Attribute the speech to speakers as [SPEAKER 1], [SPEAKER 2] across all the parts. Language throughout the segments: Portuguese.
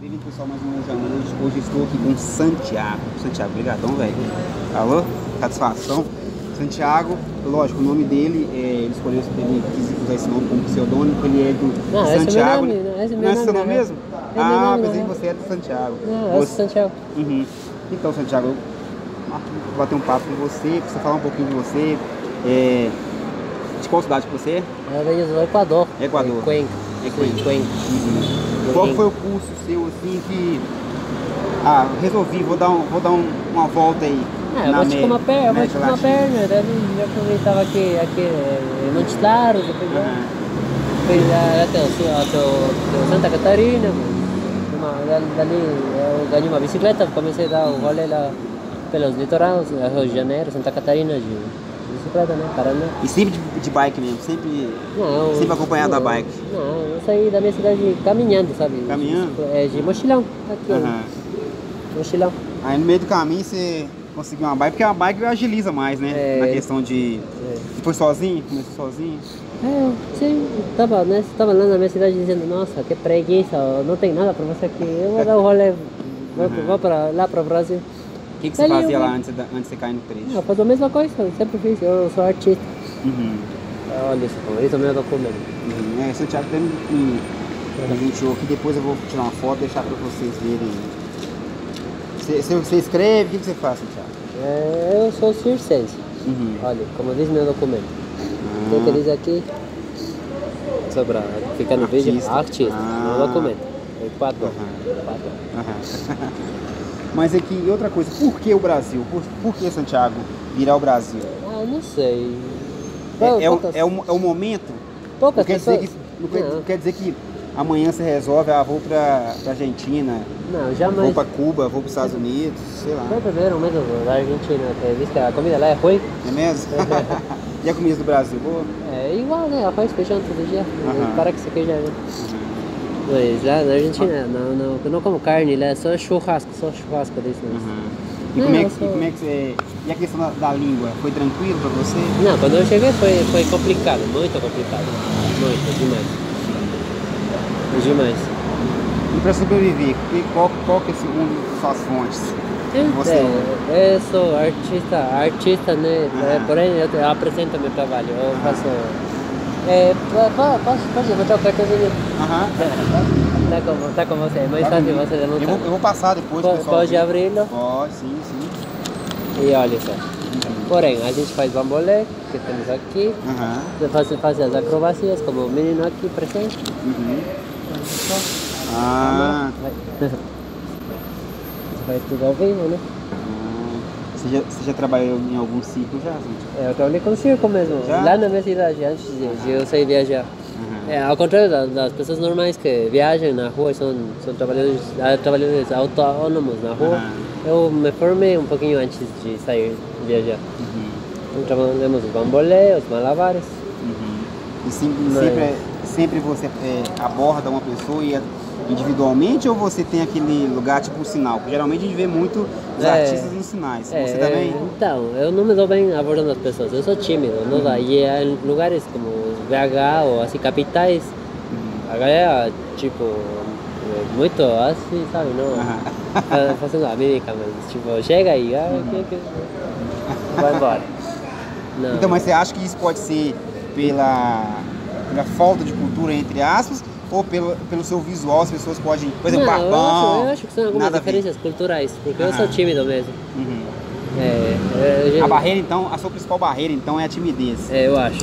[SPEAKER 1] Beleza, pessoal, mais uma vez à noite. Hoje estou aqui com Santiago. Santiago, brigadão, velho. Alô? Satisfação. Santiago, lógico, o nome dele, é, ele escolheu, ele quis usar esse nome como pseudônimo, ele é do
[SPEAKER 2] Não, esse é meu
[SPEAKER 1] Santiago.
[SPEAKER 2] nome, não, esse é meu
[SPEAKER 1] Não é seu
[SPEAKER 2] nome,
[SPEAKER 1] nome
[SPEAKER 2] né?
[SPEAKER 1] mesmo?
[SPEAKER 2] É meu
[SPEAKER 1] ah,
[SPEAKER 2] nome,
[SPEAKER 1] pensei que
[SPEAKER 2] né?
[SPEAKER 1] você é do Santiago.
[SPEAKER 2] Não, é
[SPEAKER 1] Você-
[SPEAKER 2] Santiago.
[SPEAKER 1] Uhum. Então, Santiago, eu vou bater um papo com você, pra você falar um pouquinho de você. É, de qual cidade que você é?
[SPEAKER 2] Era isso, do Equador.
[SPEAKER 1] Equador.
[SPEAKER 2] É Cuenca.
[SPEAKER 1] É Cuenca.
[SPEAKER 2] Sim, Cuenca.
[SPEAKER 1] Qual foi o curso seu assim que. Ah, resolvi, vou dar, um, vou dar um- uma volta aí.
[SPEAKER 2] Ah, eu vou te
[SPEAKER 1] Amé-
[SPEAKER 2] comer uma perna, eu vou te
[SPEAKER 1] América
[SPEAKER 2] comer uma
[SPEAKER 1] Latina.
[SPEAKER 2] perna. Daí eu aproveitava aqui, aqui eh, Montes Claros, depois
[SPEAKER 1] Aham. Ah.
[SPEAKER 2] fui lá até, o sul- até, o- até o Santa Catarina. Uma, dali dali eu ganhei uma bicicleta, comecei a dar o rolê lá pelos litorais, eh, Rio de Janeiro, Santa Catarina, de bicicleta, né? Paraná.
[SPEAKER 1] E sempre de, de bike mesmo, sempre.
[SPEAKER 2] Não,
[SPEAKER 1] Sempre acompanhado
[SPEAKER 2] não,
[SPEAKER 1] da bike.
[SPEAKER 2] Não, eu saí da minha cidade caminhando, sabe?
[SPEAKER 1] Caminhando?
[SPEAKER 2] É, de mochilão, tá aqui, ó.
[SPEAKER 1] Aham.
[SPEAKER 2] mochilão.
[SPEAKER 1] Aí no meio do caminho você conseguiu uma bike, porque a bike agiliza mais, né?
[SPEAKER 2] É.
[SPEAKER 1] Na questão de. Foi sozinho? Começou sozinho?
[SPEAKER 2] É, eu sim, tava, né, tava lá na minha cidade dizendo, nossa, que preguiça, ó, não tem nada pra você aqui, eu vou dar um rolê, vou,
[SPEAKER 1] Uhum.
[SPEAKER 2] vou pra, lá pra Brasil.
[SPEAKER 1] O que, que você
[SPEAKER 2] Ali eu
[SPEAKER 1] fazia
[SPEAKER 2] vi.
[SPEAKER 1] lá antes, da, antes de você cair no trecho?
[SPEAKER 2] Ah, Eu faço a mesma coisa, eu sempre fiz, eu sou artista.
[SPEAKER 1] Uhum.
[SPEAKER 2] Olha isso, pô, esse é o meu documento.
[SPEAKER 1] Uhum. É, Santiago até me me presenteou aqui, depois eu vou tirar uma foto e deixar pra vocês verem. Você, você- você escreve? O que, que você faz, Santiago?
[SPEAKER 2] É, eu sou circense,
[SPEAKER 1] Uhum.
[SPEAKER 2] olha, como diz meu documento. Tem que diz aqui, só pra ficar no vídeo,
[SPEAKER 1] Artista.
[SPEAKER 2] artista,
[SPEAKER 1] Ah.
[SPEAKER 2] meu documento. É Equador,
[SPEAKER 1] Uhum.
[SPEAKER 2] Equador.
[SPEAKER 1] Aham. Mas aqui, e outra coisa, por que o Brasil? Por, por que Santiago virar o Brasil?
[SPEAKER 2] Ah, não sei.
[SPEAKER 1] É, é, o,
[SPEAKER 2] poucas,
[SPEAKER 1] é, o, é o momento? Não
[SPEAKER 2] poucas
[SPEAKER 1] quer, dizer
[SPEAKER 2] pessoas...
[SPEAKER 1] que, não, quer,
[SPEAKER 2] Não.
[SPEAKER 1] não quer dizer que amanhã você resolve, ah, vou pra, pra Argentina,
[SPEAKER 2] Não,
[SPEAKER 1] vou
[SPEAKER 2] jamais.
[SPEAKER 1] pra Cuba, vou pros Estados Unidos, sei lá.
[SPEAKER 2] Foi o primeiro mesmo da Argentina, que visto que a comida lá é ruim,
[SPEAKER 1] Não é mesmo? e a comida do Brasil? Boa?
[SPEAKER 2] é igual, né? Arroz, feijão todo dia,
[SPEAKER 1] Aham.
[SPEAKER 2] para que você queja, né? Pois lá na Argentina, não, não, eu não como carne, lá é só churrasco, só churrasco né? desse negócio.
[SPEAKER 1] Uhum. E,
[SPEAKER 2] Não,
[SPEAKER 1] como é
[SPEAKER 2] eu
[SPEAKER 1] que,
[SPEAKER 2] sou-
[SPEAKER 1] e como é que você. E a questão da, da língua? Foi tranquilo pra você?
[SPEAKER 2] Não, quando eu cheguei foi, foi complicado, muito complicado. Muito, demais. Demais.
[SPEAKER 1] E pra sobreviver, que- qual, qual que é segundo suas fontes? Você-
[SPEAKER 2] É, eu sou artista, artista, né?
[SPEAKER 1] Aham.
[SPEAKER 2] É, porém, eu te- eu apresento meu trabalho, eu faço... É, pa- pa- posso, posso botar outra coisa? né?
[SPEAKER 1] Aham.
[SPEAKER 2] Tá com, tá com você, mais tarde você
[SPEAKER 1] eu,
[SPEAKER 2] levanta.
[SPEAKER 1] vou, eu vou passar depois,
[SPEAKER 2] Po-
[SPEAKER 1] pessoal.
[SPEAKER 2] pode
[SPEAKER 1] ver.
[SPEAKER 2] abri-lo?
[SPEAKER 1] Pode, sim, sim.
[SPEAKER 2] E olha só. Porém, a gente faz bambolê, que temos aqui.
[SPEAKER 1] Aham.
[SPEAKER 2] Você faz, faz as acrobacias, como o menino aqui presente.
[SPEAKER 1] Uhum. Ah.
[SPEAKER 2] Vai. Você faz tudo ao vivo, né?
[SPEAKER 1] ah. Você já, você já trabalhou em algum ciclo já, gente?
[SPEAKER 2] É, Eu trabalhei com circo mesmo,
[SPEAKER 1] Já?
[SPEAKER 2] lá na minha cidade, antes de, de eu sair viajar.
[SPEAKER 1] Aham.
[SPEAKER 2] É, ao contrário da- das, pessoas normais que viajam na rua, são, são trabalhadores, ah, trabalhadores autônomos na rua,
[SPEAKER 1] Aham.
[SPEAKER 2] eu me formei um pouquinho antes de sair viajar.
[SPEAKER 1] Uhum.
[SPEAKER 2] Então trabalhamos os bambolê, os malabares.
[SPEAKER 1] Uhum. E sempre,
[SPEAKER 2] Mas-
[SPEAKER 1] sempre, é- sempre você é, aborda uma pessoa e é individualmente ou você tem aquele lugar tipo um sinal? Porque Geralmente a gente vê muito os
[SPEAKER 2] É.
[SPEAKER 1] artistas nos sinais. Você também?
[SPEAKER 2] Então, eu não me dou bem abordando as pessoas, eu sou tímido,
[SPEAKER 1] Uhum.
[SPEAKER 2] não dá. E é em lugares como os BH ou assim, capitais,
[SPEAKER 1] Uhum.
[SPEAKER 2] a galera, tipo, é muito assim, sabe, não?
[SPEAKER 1] Aham.
[SPEAKER 2] Fa- Fazendo a mímica, mas tipo, chega aí, ah, que, que... vai embora. Não,
[SPEAKER 1] Então, mas você acha que isso pode ser pela, pela falta de cultura, entre aspas, ou pelo, pelo seu visual, as pessoas podem, por exemplo,
[SPEAKER 2] não, eu,
[SPEAKER 1] barbão,
[SPEAKER 2] acho, eu acho que são algumas
[SPEAKER 1] nada a ver.
[SPEAKER 2] diferenças culturais, porque eu
[SPEAKER 1] Aham.
[SPEAKER 2] sou tímido mesmo.
[SPEAKER 1] Uhum.
[SPEAKER 2] É, é,
[SPEAKER 1] A
[SPEAKER 2] eu-
[SPEAKER 1] barreira, então, a sua principal barreira, então, é a timidez.
[SPEAKER 2] é, eu acho.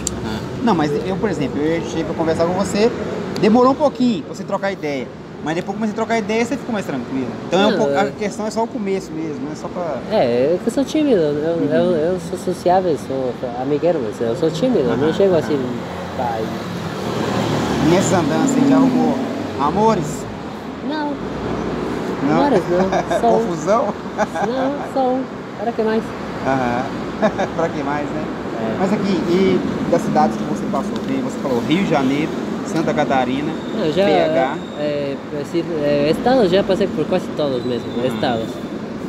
[SPEAKER 1] Não, mas eu, por exemplo, eu cheguei pra conversar com você, demorou um pouquinho pra você trocar ideia. Mas depois que comecei a trocar ideia, você ficou mais tranquilo. Então é um
[SPEAKER 2] Não,
[SPEAKER 1] pouco- a
[SPEAKER 2] é-
[SPEAKER 1] questão é só o começo mesmo, não é só pra.
[SPEAKER 2] É, eu que sou tímido, eu, eu, eu sou sociável, sou amigueiro, mas eu sou tímido, eu não chego assim, pai.
[SPEAKER 1] Nessas andanças aí já arrumou amores?
[SPEAKER 2] Não,
[SPEAKER 1] Não? É,
[SPEAKER 2] amores não, só um,
[SPEAKER 1] Confusão?
[SPEAKER 2] não, só um, era que mais.
[SPEAKER 1] Aham. pra que mais, né?
[SPEAKER 2] É. Eh,
[SPEAKER 1] Mas aqui, e das cidades que você passou? Tem- Você falou Rio de Janeiro, Santa Catarina,
[SPEAKER 2] Eu já,
[SPEAKER 1] PH.
[SPEAKER 2] é, esse, é, estados já passei por quase todos mesmo,
[SPEAKER 1] Uhum.
[SPEAKER 2] estados.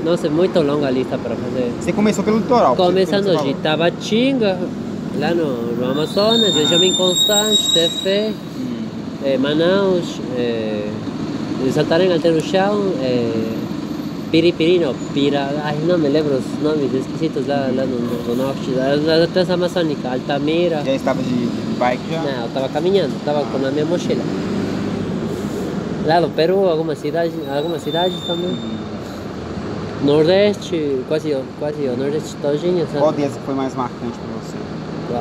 [SPEAKER 2] Nossa, é muito longa a lista para fazer.
[SPEAKER 1] Você começou pelo litoral. pelo que você
[SPEAKER 2] Começando
[SPEAKER 1] falou.
[SPEAKER 2] de Tabatinga, lá no, no Amazonas, Benjamin Constante, Tefé,
[SPEAKER 1] Hum.
[SPEAKER 2] é, Manaus, é, de Santarém até o chão, é, Piripirino, Pira, ai não me lembro os nomes esquisitos lá, lá no, no norte, da, da Transamazônica, Altamira.
[SPEAKER 1] Já estava de, de bike já?
[SPEAKER 2] Não, eu estava caminhando, estava com a minha mochila. Lá do Peru, algumas cidades, algumas cidades também. Nordeste, quase, quase o Nordeste todinho, sabe?
[SPEAKER 1] Qual dessas que foi mais marcante pra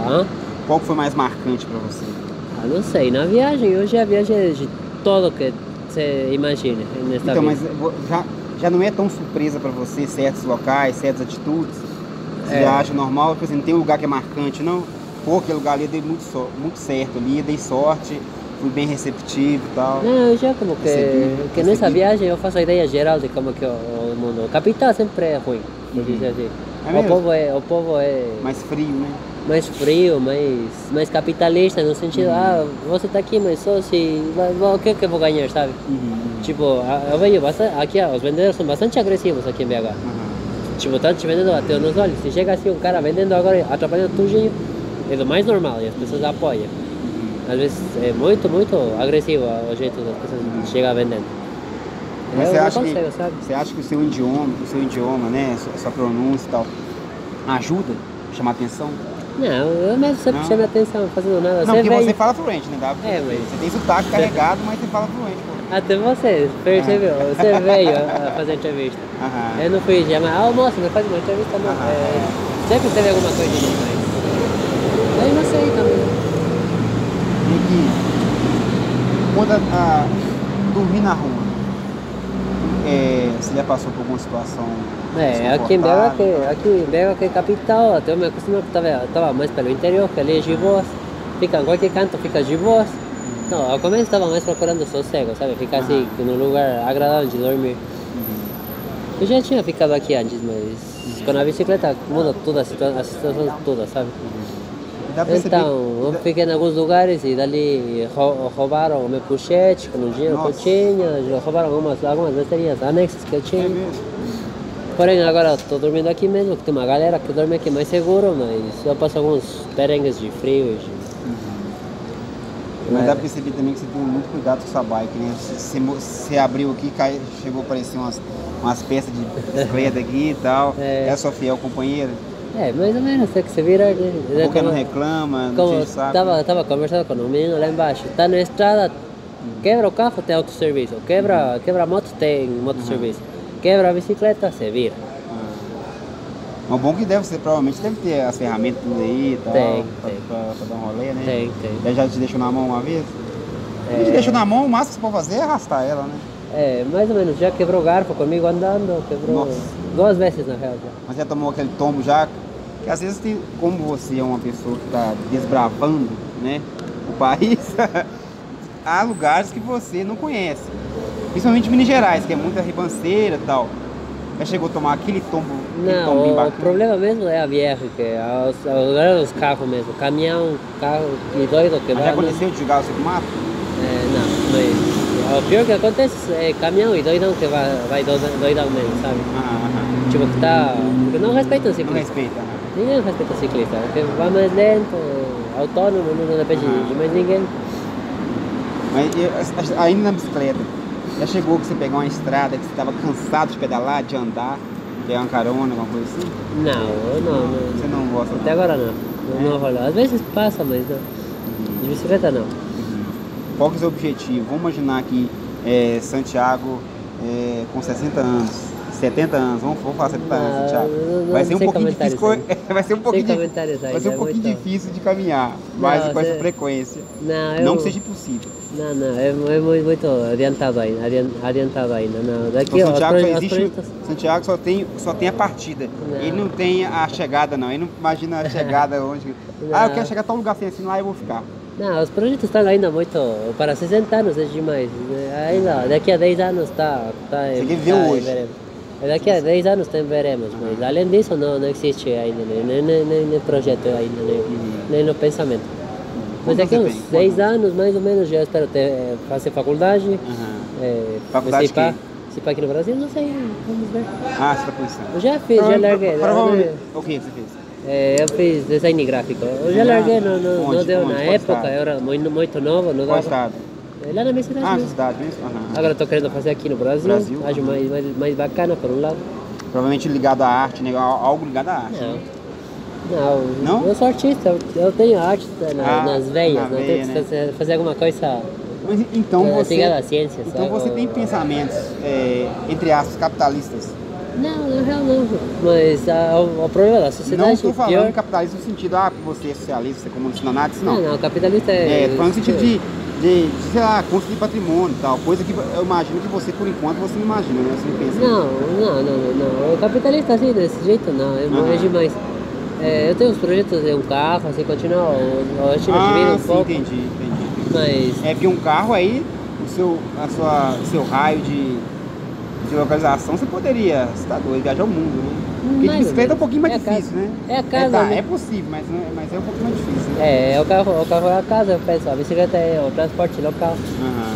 [SPEAKER 1] você?
[SPEAKER 2] né? Ah,
[SPEAKER 1] Qual que foi mais marcante pra você?
[SPEAKER 2] ah, não sei, na viagem, hoje a viagem é de todo que você imagina nesta
[SPEAKER 1] então,
[SPEAKER 2] vida.
[SPEAKER 1] mas eh, vo- já, já não é tão surpresa pra você certos locais, certas atitudes? Você
[SPEAKER 2] É.
[SPEAKER 1] acha normal? Por exemplo, não tem um lugar que é marcante, não? Pô, aquele lugar ali eu dei muito, so- muito certo ali, dei sorte, fui bem receptivo e tal.
[SPEAKER 2] Não, eu já como que,
[SPEAKER 1] Percebi,
[SPEAKER 2] que nessa
[SPEAKER 1] percebi.
[SPEAKER 2] viagem eu faço a ideia geral de como que o, o mundo. O capital sempre é ruim, por
[SPEAKER 1] Uhum.
[SPEAKER 2] dizer assim.
[SPEAKER 1] É
[SPEAKER 2] o
[SPEAKER 1] mesmo?
[SPEAKER 2] povo é, o povo é
[SPEAKER 1] Mais frio, né?
[SPEAKER 2] mais frio, mais, mais capitalista, no sentido,
[SPEAKER 1] Uhum.
[SPEAKER 2] ah, você tá aqui, mas só se. O que que eu vou ganhar, sabe?
[SPEAKER 1] Uhum.
[SPEAKER 2] Tipo, a- eu vejo bastante, aqui ó, os vendedores são bastante agressivos aqui em BH.
[SPEAKER 1] Aham.
[SPEAKER 2] Tipo, estão te vendendo até nos olhos. Se chega assim um cara vendendo agora, atrapalhando tudinho, é do mais normal e as pessoas apoiam. Às vezes é muito, muito agressivo o jeito das pessoas chegam vendendo.
[SPEAKER 1] Mas
[SPEAKER 2] eu
[SPEAKER 1] você
[SPEAKER 2] não
[SPEAKER 1] acha,
[SPEAKER 2] consigo,
[SPEAKER 1] que,
[SPEAKER 2] sabe?
[SPEAKER 1] você acha que o seu idioma, o seu idioma, né? Sua, sua pronúncia e tal, ajuda a chamar atenção?
[SPEAKER 2] Não, eu mesmo sempre
[SPEAKER 1] Não?
[SPEAKER 2] chamo a atenção, fazendo nada.
[SPEAKER 1] não,
[SPEAKER 2] você
[SPEAKER 1] porque
[SPEAKER 2] vem,
[SPEAKER 1] você fala fluente, né, Davi?
[SPEAKER 2] É, mas-
[SPEAKER 1] Você tem sotaque carregado, mas você fala fluente, pô.
[SPEAKER 2] até você, percebeu?
[SPEAKER 1] É.
[SPEAKER 2] Você veio a fazer entrevista.
[SPEAKER 1] Aham.
[SPEAKER 2] Eu não fui chamar, ah, moça, não faz uma entrevista não.
[SPEAKER 1] Aham.
[SPEAKER 2] É, sempre teve alguma coisa demais. Aí É, não sei também.
[SPEAKER 1] Tem que. Quando a, a- dormir na rua, é, você já passou por alguma situação.
[SPEAKER 2] É, aqui em BH,
[SPEAKER 1] desconfortável?
[SPEAKER 2] que, aqui em BH que é capital, até eu me acostumo que tava, tava mais pelo interior, que ali é de boas, fica em qualquer canto, fica de boas. Não, ao começo estava mais procurando sossego, sabe? Ficar assim, num lugar agradável de dormir. Eu já tinha ficado aqui antes, mas com a bicicleta muda toda a situação, a situação toda, sabe?
[SPEAKER 1] Dá pra perceber.
[SPEAKER 2] Então, eu fiquei em alguns lugares e dali rou- roubaram o meu puxete, que não tinha, que eu
[SPEAKER 1] Nossa.
[SPEAKER 2] tinha, roubaram algumas, algumas besteirinhas anexas que eu
[SPEAKER 1] É
[SPEAKER 2] tinha.
[SPEAKER 1] mesmo.
[SPEAKER 2] Porém, agora eu tô dormindo aqui mesmo, que tem uma galera que dorme aqui mais seguro, mas eu passo alguns perengues de frio. De...
[SPEAKER 1] Mas dá pra perceber também que você tem muito cuidado com sua bike, né? Você- Você, mo- você abriu aqui, cai, chegou a aparecer umas, umas peças de bicicleta aqui e tal.
[SPEAKER 2] É.
[SPEAKER 1] É, a sua fiel companheira.
[SPEAKER 2] É, mais ou menos, tem que se virar. Né? É
[SPEAKER 1] Porque não
[SPEAKER 2] como-
[SPEAKER 1] reclama, não
[SPEAKER 2] Como
[SPEAKER 1] tem
[SPEAKER 2] eu
[SPEAKER 1] saco.
[SPEAKER 2] tava, tava conversando com um menino lá embaixo, tá na estrada, quebra o carro, tem autosserviço, quebra, quebra a moto, tem motoserviço, quebra a bicicleta, você vira.
[SPEAKER 1] Mas bom é que deve ser, provavelmente deve ter as ferramentas tudo aí e tal.
[SPEAKER 2] Tem,
[SPEAKER 1] pra,
[SPEAKER 2] tem.
[SPEAKER 1] pra- pra dar um rolê, né?
[SPEAKER 2] Tem, tem.
[SPEAKER 1] Já, já te deixou na mão uma vez? Ele te deixou na mão, o máximo que você pode fazer é arrastar ela, né?
[SPEAKER 2] É, mais ou menos, já quebrou o garfo comigo andando, quebrou
[SPEAKER 1] Nossa.
[SPEAKER 2] duas vezes na real já.
[SPEAKER 1] Mas já tomou aquele tombo já. Que às vezes tem, como você é uma pessoa que está desbravando, né? O país, há lugares que você não conhece. Principalmente Minas Gerais, que é muita ribanceira e tal. Já chegou a tomar aquele tombo, aquele tombo tá bem
[SPEAKER 2] Não, o, o
[SPEAKER 1] bacana.
[SPEAKER 2] problema mesmo é a viagem, que é os, os, os carros mesmo, caminhão, carro e doido
[SPEAKER 1] Mas já
[SPEAKER 2] quebrado.
[SPEAKER 1] aconteceu de jogar você com mato?
[SPEAKER 2] É, não, mas o pior que acontece é caminhão e doidão que vai, vai doida- doidão mesmo, sabe?
[SPEAKER 1] Ah,
[SPEAKER 2] Tipo, que tá. que não respeitam o
[SPEAKER 1] ah, não
[SPEAKER 2] ciclista.
[SPEAKER 1] respeita. né?
[SPEAKER 2] Ninguém respeita o ciclista, porque vai mais lento, é autônomo, não, não depende de-
[SPEAKER 1] Ah.
[SPEAKER 2] de mais ninguém.
[SPEAKER 1] Mas eu- a- a- ainda na bicicleta, já chegou que você pegou uma estrada que você estava cansado de pedalar, de andar, pegar uma carona, alguma coisa assim?
[SPEAKER 2] Não, eu não, não.
[SPEAKER 1] Você não gosta
[SPEAKER 2] Até agora não. Não, não rolou. Às vezes passa, mas não. De bicicleta não.
[SPEAKER 1] Qual que é o seu objetivo? Vamos imaginar aqui é, Santiago é, com 60 anos, 70 anos, vamos, vamos falar 70 anos,
[SPEAKER 2] Ah,
[SPEAKER 1] Santiago.
[SPEAKER 2] não- não
[SPEAKER 1] Vai ser um
[SPEAKER 2] sem
[SPEAKER 1] pouquinho difícil,
[SPEAKER 2] comentários
[SPEAKER 1] co- vai ser um pouquinho,
[SPEAKER 2] Sem
[SPEAKER 1] di-
[SPEAKER 2] comentários aí.
[SPEAKER 1] vai ser
[SPEAKER 2] né?
[SPEAKER 1] um pouquinho
[SPEAKER 2] Muito-
[SPEAKER 1] difícil de caminhar, mas
[SPEAKER 2] Não,
[SPEAKER 1] com essa
[SPEAKER 2] você-
[SPEAKER 1] frequência.
[SPEAKER 2] Não, eu...
[SPEAKER 1] Não que seja impossível.
[SPEAKER 2] Não, não, é, mu- é muito, muito adiantado ainda, adian- adiantado ainda, não. Daqui,
[SPEAKER 1] Então,
[SPEAKER 2] ó,
[SPEAKER 1] Santiago
[SPEAKER 2] os,
[SPEAKER 1] só
[SPEAKER 2] proje os
[SPEAKER 1] existe,
[SPEAKER 2] projetos...
[SPEAKER 1] Santiago só tem, só tem a partida.
[SPEAKER 2] Não.
[SPEAKER 1] Ele não tem a chegada não, ele não imagina a chegada onde... Ah, eu
[SPEAKER 2] Não.
[SPEAKER 1] quero chegar a tal lugar assim, assim, lá eu vou ficar.
[SPEAKER 2] Não, os projetos estão ainda muito... Para 60 anos é demais, né? ainda, daqui a 10 anos está... Tá,
[SPEAKER 1] Você
[SPEAKER 2] em-
[SPEAKER 1] quer ver
[SPEAKER 2] tá em
[SPEAKER 1] hoje.
[SPEAKER 2] veremos. Daqui a 10 anos tem veremos, mas além disso não, não existe ainda, né? nem, nem, nem, nem projeto ainda, nem, nem no pensamento. Mas é
[SPEAKER 1] Quantos
[SPEAKER 2] daqui a
[SPEAKER 1] você
[SPEAKER 2] uns
[SPEAKER 1] tem?
[SPEAKER 2] 6 anos, mais ou menos, já espero ter, eh, fazer faculdade,
[SPEAKER 1] Aham.
[SPEAKER 2] é,
[SPEAKER 1] Faculdade
[SPEAKER 2] se pá,
[SPEAKER 1] de
[SPEAKER 2] se pá aqui no Brasil, não sei, vamos ver.
[SPEAKER 1] Ah, você tá pensando.
[SPEAKER 2] Eu já fiz, já
[SPEAKER 1] Prova-
[SPEAKER 2] larguei.
[SPEAKER 1] pro- Provavelmente.
[SPEAKER 2] né?
[SPEAKER 1] O que você fez?
[SPEAKER 2] É, eu fiz design gráfico. Eu já
[SPEAKER 1] Ah,
[SPEAKER 2] larguei, não, não,
[SPEAKER 1] onde,
[SPEAKER 2] não deu
[SPEAKER 1] onde,
[SPEAKER 2] na
[SPEAKER 1] qual
[SPEAKER 2] época,
[SPEAKER 1] estado?
[SPEAKER 2] eu era muito, muito novo, não
[SPEAKER 1] Qual
[SPEAKER 2] dava.
[SPEAKER 1] estado?
[SPEAKER 2] É lá na minha cidade
[SPEAKER 1] Ah,
[SPEAKER 2] mesmo.
[SPEAKER 1] cidade mesmo? Aham.
[SPEAKER 2] Agora eu tô querendo fazer aqui no Brasil.
[SPEAKER 1] Brasil,
[SPEAKER 2] Acho
[SPEAKER 1] aham.
[SPEAKER 2] mais, mais, mais bacana, por um lado.
[SPEAKER 1] Provavelmente ligado à arte, né? Al- Algo ligado à arte.
[SPEAKER 2] Não. Não,
[SPEAKER 1] Não?
[SPEAKER 2] eu sou artista, eu- eu tenho arte na-
[SPEAKER 1] Ah,
[SPEAKER 2] nas veias,
[SPEAKER 1] na
[SPEAKER 2] né? Eu
[SPEAKER 1] veia,
[SPEAKER 2] tenho que
[SPEAKER 1] né?
[SPEAKER 2] fazer, fazer alguma coisa
[SPEAKER 1] Mas então
[SPEAKER 2] eh,
[SPEAKER 1] você.
[SPEAKER 2] ligada à ciência.
[SPEAKER 1] Então
[SPEAKER 2] sabe?
[SPEAKER 1] você tem pensamentos, é, entre aspas, capitalistas.
[SPEAKER 2] Não, na real não. Mas ah, o, o problema da
[SPEAKER 1] não
[SPEAKER 2] sociedade
[SPEAKER 1] estou
[SPEAKER 2] é
[SPEAKER 1] falando
[SPEAKER 2] pior.
[SPEAKER 1] capitalismo no sentido, ah, porque você é socialista, você é comunista, não, nada disso
[SPEAKER 2] Não,
[SPEAKER 1] não.
[SPEAKER 2] não, o capitalista é.
[SPEAKER 1] É, tô falando no sentido de, de, de, sei lá, construir patrimônio e tal, coisa que eu imagino que você, por enquanto, você não imagina, né? Você não pensa.
[SPEAKER 2] Não, não, não, não, não. O capitalista assim, desse jeito não, eu não
[SPEAKER 1] Aham.
[SPEAKER 2] vejo mais. É, eu tenho uns projetos de um carro, assim, continuar o, o estilo de vida
[SPEAKER 1] ah,
[SPEAKER 2] um
[SPEAKER 1] sim,
[SPEAKER 2] pouco,
[SPEAKER 1] entendi, entendi. entendi.
[SPEAKER 2] mas
[SPEAKER 1] É porque um carro aí, o seu, a sua, o seu raio de, de localização, você poderia, você tá doido, viajar o mundo, né? Porque de
[SPEAKER 2] Mais ou
[SPEAKER 1] bicicleta é um
[SPEAKER 2] menos.
[SPEAKER 1] pouquinho mais
[SPEAKER 2] É a casa.
[SPEAKER 1] difícil, né?
[SPEAKER 2] é a casa,
[SPEAKER 1] é, tá,
[SPEAKER 2] né?
[SPEAKER 1] é possível, mas, não é- mas é um pouquinho mais difícil, né?
[SPEAKER 2] É, o carro, o carro é a casa, pessoal. A bicicleta é o transporte local.
[SPEAKER 1] Aham.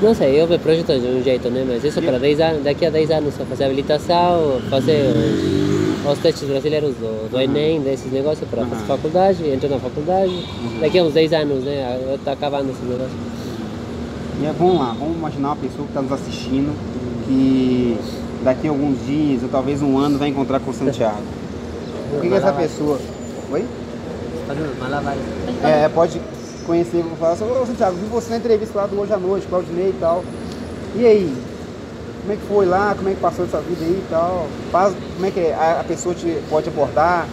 [SPEAKER 2] Não sei, eu me projeto de um jeito, né? Mas isso
[SPEAKER 1] E-
[SPEAKER 2] para 10 anos, daqui a 10 anos, só fazer habilitação, fazer os, os testes brasileiros do, do
[SPEAKER 1] Aham.
[SPEAKER 2] Enem, desses negócios, para fazer
[SPEAKER 1] Aham.
[SPEAKER 2] faculdade, entrar na faculdade.
[SPEAKER 1] Uhum.
[SPEAKER 2] Daqui a uns 10 anos, né? Eu tô acabando esses negócios.
[SPEAKER 1] E é, vamos lá, vamos imaginar uma pessoa que está nos assistindo, que daqui a alguns dias, ou talvez um ano, vai encontrar com o Santiago. O que, que essa pessoa. Oi?
[SPEAKER 2] Malabares.
[SPEAKER 1] É, pode conhecer, vou falar assim, ô Santiago, vi você na entrevista lá do hoje à noite, Claudinei e tal. E aí? Como é que foi lá? Como é que passou essa vida aí e tal? Faz- como é que é? a, a pessoa te pode abordar?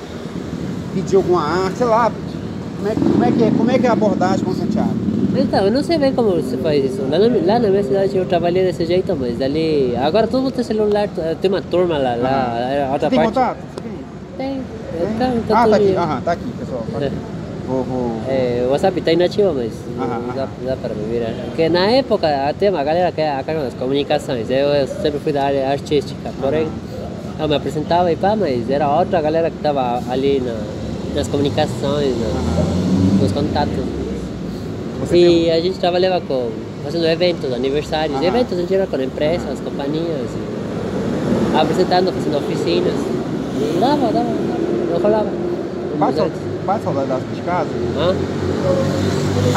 [SPEAKER 1] Pedir alguma arte, sei lá. Como é, que- como é que é, como é que é a abordagem com o Santiago?
[SPEAKER 2] Então, eu não sei bem como se faz isso. Lá na, lá na minha cidade eu trabalhei desse jeito, mas ali. Agora todo mundo tem celular, tem uma turma lá, lá é outra
[SPEAKER 1] Você tem
[SPEAKER 2] parte.
[SPEAKER 1] contato? Você tem?
[SPEAKER 2] Tem.
[SPEAKER 1] Tem?
[SPEAKER 2] Então, então
[SPEAKER 1] ah,
[SPEAKER 2] tudo
[SPEAKER 1] tá aqui,
[SPEAKER 2] bem.
[SPEAKER 1] aham, tá aqui, pessoal. tá aqui. Vou, vou.
[SPEAKER 2] É, o WhatsApp está inativo, mas
[SPEAKER 1] Aham,
[SPEAKER 2] não dá,
[SPEAKER 1] aham.
[SPEAKER 2] dá para me virar. Porque na época até uma galera que era a cargo das comunicações, eu, eu sempre fui da área artística, porém eu Ah, me apresentava e pá, mas era outra galera que estava ali na- nas comunicações, na- nos contatos.
[SPEAKER 1] Você
[SPEAKER 2] e a gente trabalhava com, fazendo eventos, aniversários,
[SPEAKER 1] Aham.
[SPEAKER 2] eventos em geral com empresas, companhias, e apresentando, fazendo oficinas. E dava, dava, dava, eu falava.
[SPEAKER 1] Bate, sau- bate saudade da- de casa?
[SPEAKER 2] Hã?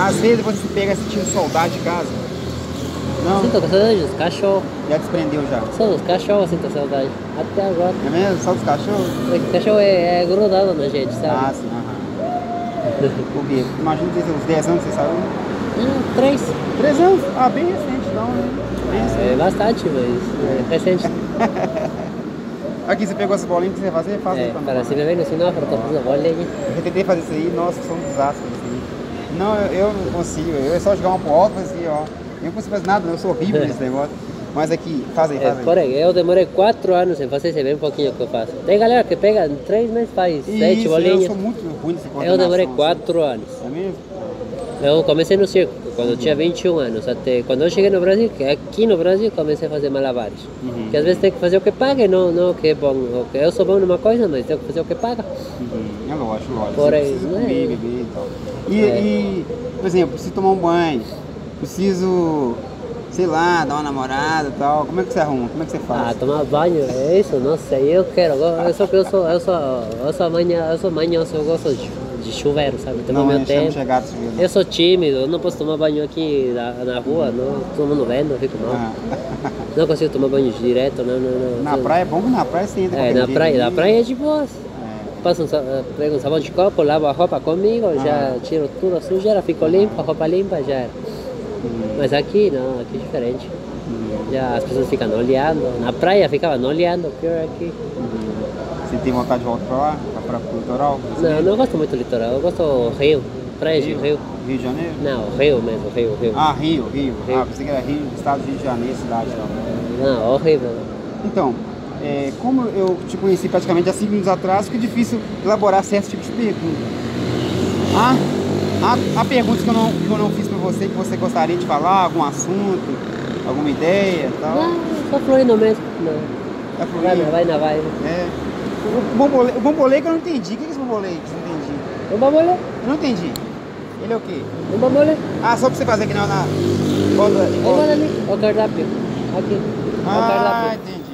[SPEAKER 1] Às vezes você se pega sentindo saudade de casa. Não,
[SPEAKER 2] Sinto saudade dos cachorros.
[SPEAKER 1] já desprendeu já.
[SPEAKER 2] São os cachorros sinto saudade. Até agora.
[SPEAKER 1] É mesmo? Só dos cachorros?
[SPEAKER 2] O cachorro é, é grudado na gente,
[SPEAKER 1] Ah,
[SPEAKER 2] sabe?
[SPEAKER 1] sim, aham. Ah. Por quê? Imagina que tem uns 10 anos, você sabe?
[SPEAKER 2] Não, três.
[SPEAKER 1] 3 anos? Ah, bem recente então, né? Bem recente.
[SPEAKER 2] É bastante, mas é recente.
[SPEAKER 1] Aqui, você pegou essa bolinha que você ia fazer? Faz aí
[SPEAKER 2] É,
[SPEAKER 1] pra
[SPEAKER 2] para
[SPEAKER 1] nós.
[SPEAKER 2] se beber no sinal, para estar fazendo bolinha.
[SPEAKER 1] Eu tentei fazer isso aí, nossa, sou um desastre isso aí. Não, eu, eu não consigo, eu é só jogar uma pro alto e assim, ó. Eu não consigo fazer nada, eu sou horrível nesse negócio. Mas aqui, faz aí,
[SPEAKER 2] É,
[SPEAKER 1] faz aí.
[SPEAKER 2] porém, eu demorei quatro anos em fazer esse bem pouquinho que eu faço. Tem galera que pega em três meses faz sete
[SPEAKER 1] Isso, eu sou
[SPEAKER 2] bolinhas.
[SPEAKER 1] muito ruim nesse
[SPEAKER 2] Eu demorei quatro anos.
[SPEAKER 1] É mesmo?
[SPEAKER 2] Eu comecei no circo quando eu tinha 21 anos. Até quando eu cheguei no Brasil, que aqui no Brasil comecei a fazer malabares.
[SPEAKER 1] Uhum.
[SPEAKER 2] Que às vezes tem que fazer o que paga, e não, não o que é bom. O que- Eu sou bom numa coisa, mas tenho que fazer o que paga.
[SPEAKER 1] Uhum. É lógico, lógico.
[SPEAKER 2] Por aí,
[SPEAKER 1] Você precisa
[SPEAKER 2] né?
[SPEAKER 1] comer, beber e tal. E,
[SPEAKER 2] É.
[SPEAKER 1] e, por exemplo, preciso tomar um banho, preciso, sei lá, dar uma namorada e tal. Como é que você arruma? Como é que você
[SPEAKER 2] Ah,
[SPEAKER 1] faz?
[SPEAKER 2] tomar banho, é isso, não sei, eu quero. Eu eu sou que eu sou, eu sou, eu sou manha, eu sou manhoso, eu gosto de, de chuveiro, sabe?
[SPEAKER 1] não,
[SPEAKER 2] Tomar tá. meu
[SPEAKER 1] eu chamo
[SPEAKER 2] tempo.
[SPEAKER 1] chegar né? de chuveiro.
[SPEAKER 2] Eu sou tímido, eu não posso tomar banho aqui na, na rua, não, todo mundo vendo, eu fico mal.
[SPEAKER 1] Ah.
[SPEAKER 2] Não consigo tomar banho direto, não, não, não.
[SPEAKER 1] Na praia é bom que na praia você entra
[SPEAKER 2] É,
[SPEAKER 1] qualquer
[SPEAKER 2] na
[SPEAKER 1] jeito
[SPEAKER 2] praia, na
[SPEAKER 1] ali.
[SPEAKER 2] praia é de boas.
[SPEAKER 1] É.
[SPEAKER 2] Passo um, sa- eh, pego um sabão de copo, lavo a roupa comigo, já tiro tudo a sujeira, fico limpo, a roupa limpa, já era. Mas aqui não, aqui é diferente. Já as pessoas ficam olhando, na praia ficavam olhando, pior aqui.
[SPEAKER 1] Você tem vontade de voltar pra lá? Pra, pra, pro litoral?
[SPEAKER 2] Não, eu não gosto muito do litoral, eu gosto do rio, praia de rio.
[SPEAKER 1] Rio de Janeiro?
[SPEAKER 2] Não, rio mesmo, rio, rio.
[SPEAKER 1] Ah, Rio, Rio.
[SPEAKER 2] Rio.
[SPEAKER 1] Ah, pensei que era Rio, estado do Rio de Janeiro, cidade não.
[SPEAKER 2] Não, horrível.
[SPEAKER 1] Então, é, como eu te conheci praticamente há cinco minutos atrás, fica difícil elaborar certo tipo de pergunta. Ah, há, há perguntas que eu, não, que eu não fiz pra você, que você gostaria de falar, algum assunto, alguma ideia e tal.
[SPEAKER 2] Não, só florindo mesmo, não.
[SPEAKER 1] É pro
[SPEAKER 2] Vai
[SPEAKER 1] Rio.
[SPEAKER 2] na vai, na vai.
[SPEAKER 1] É. O bambolê, o bambolê que eu não entendi. O que é esse bambolê que eu não entendi?
[SPEAKER 2] Um bambolê,
[SPEAKER 1] Eu não entendi. Ele é o quê?
[SPEAKER 2] um bambolê.
[SPEAKER 1] Ah, só pra você fazer aqui na... na... Quando,
[SPEAKER 2] Olha ali, o cardápio. Aqui, o
[SPEAKER 1] Ah,
[SPEAKER 2] cardápio.
[SPEAKER 1] entendi.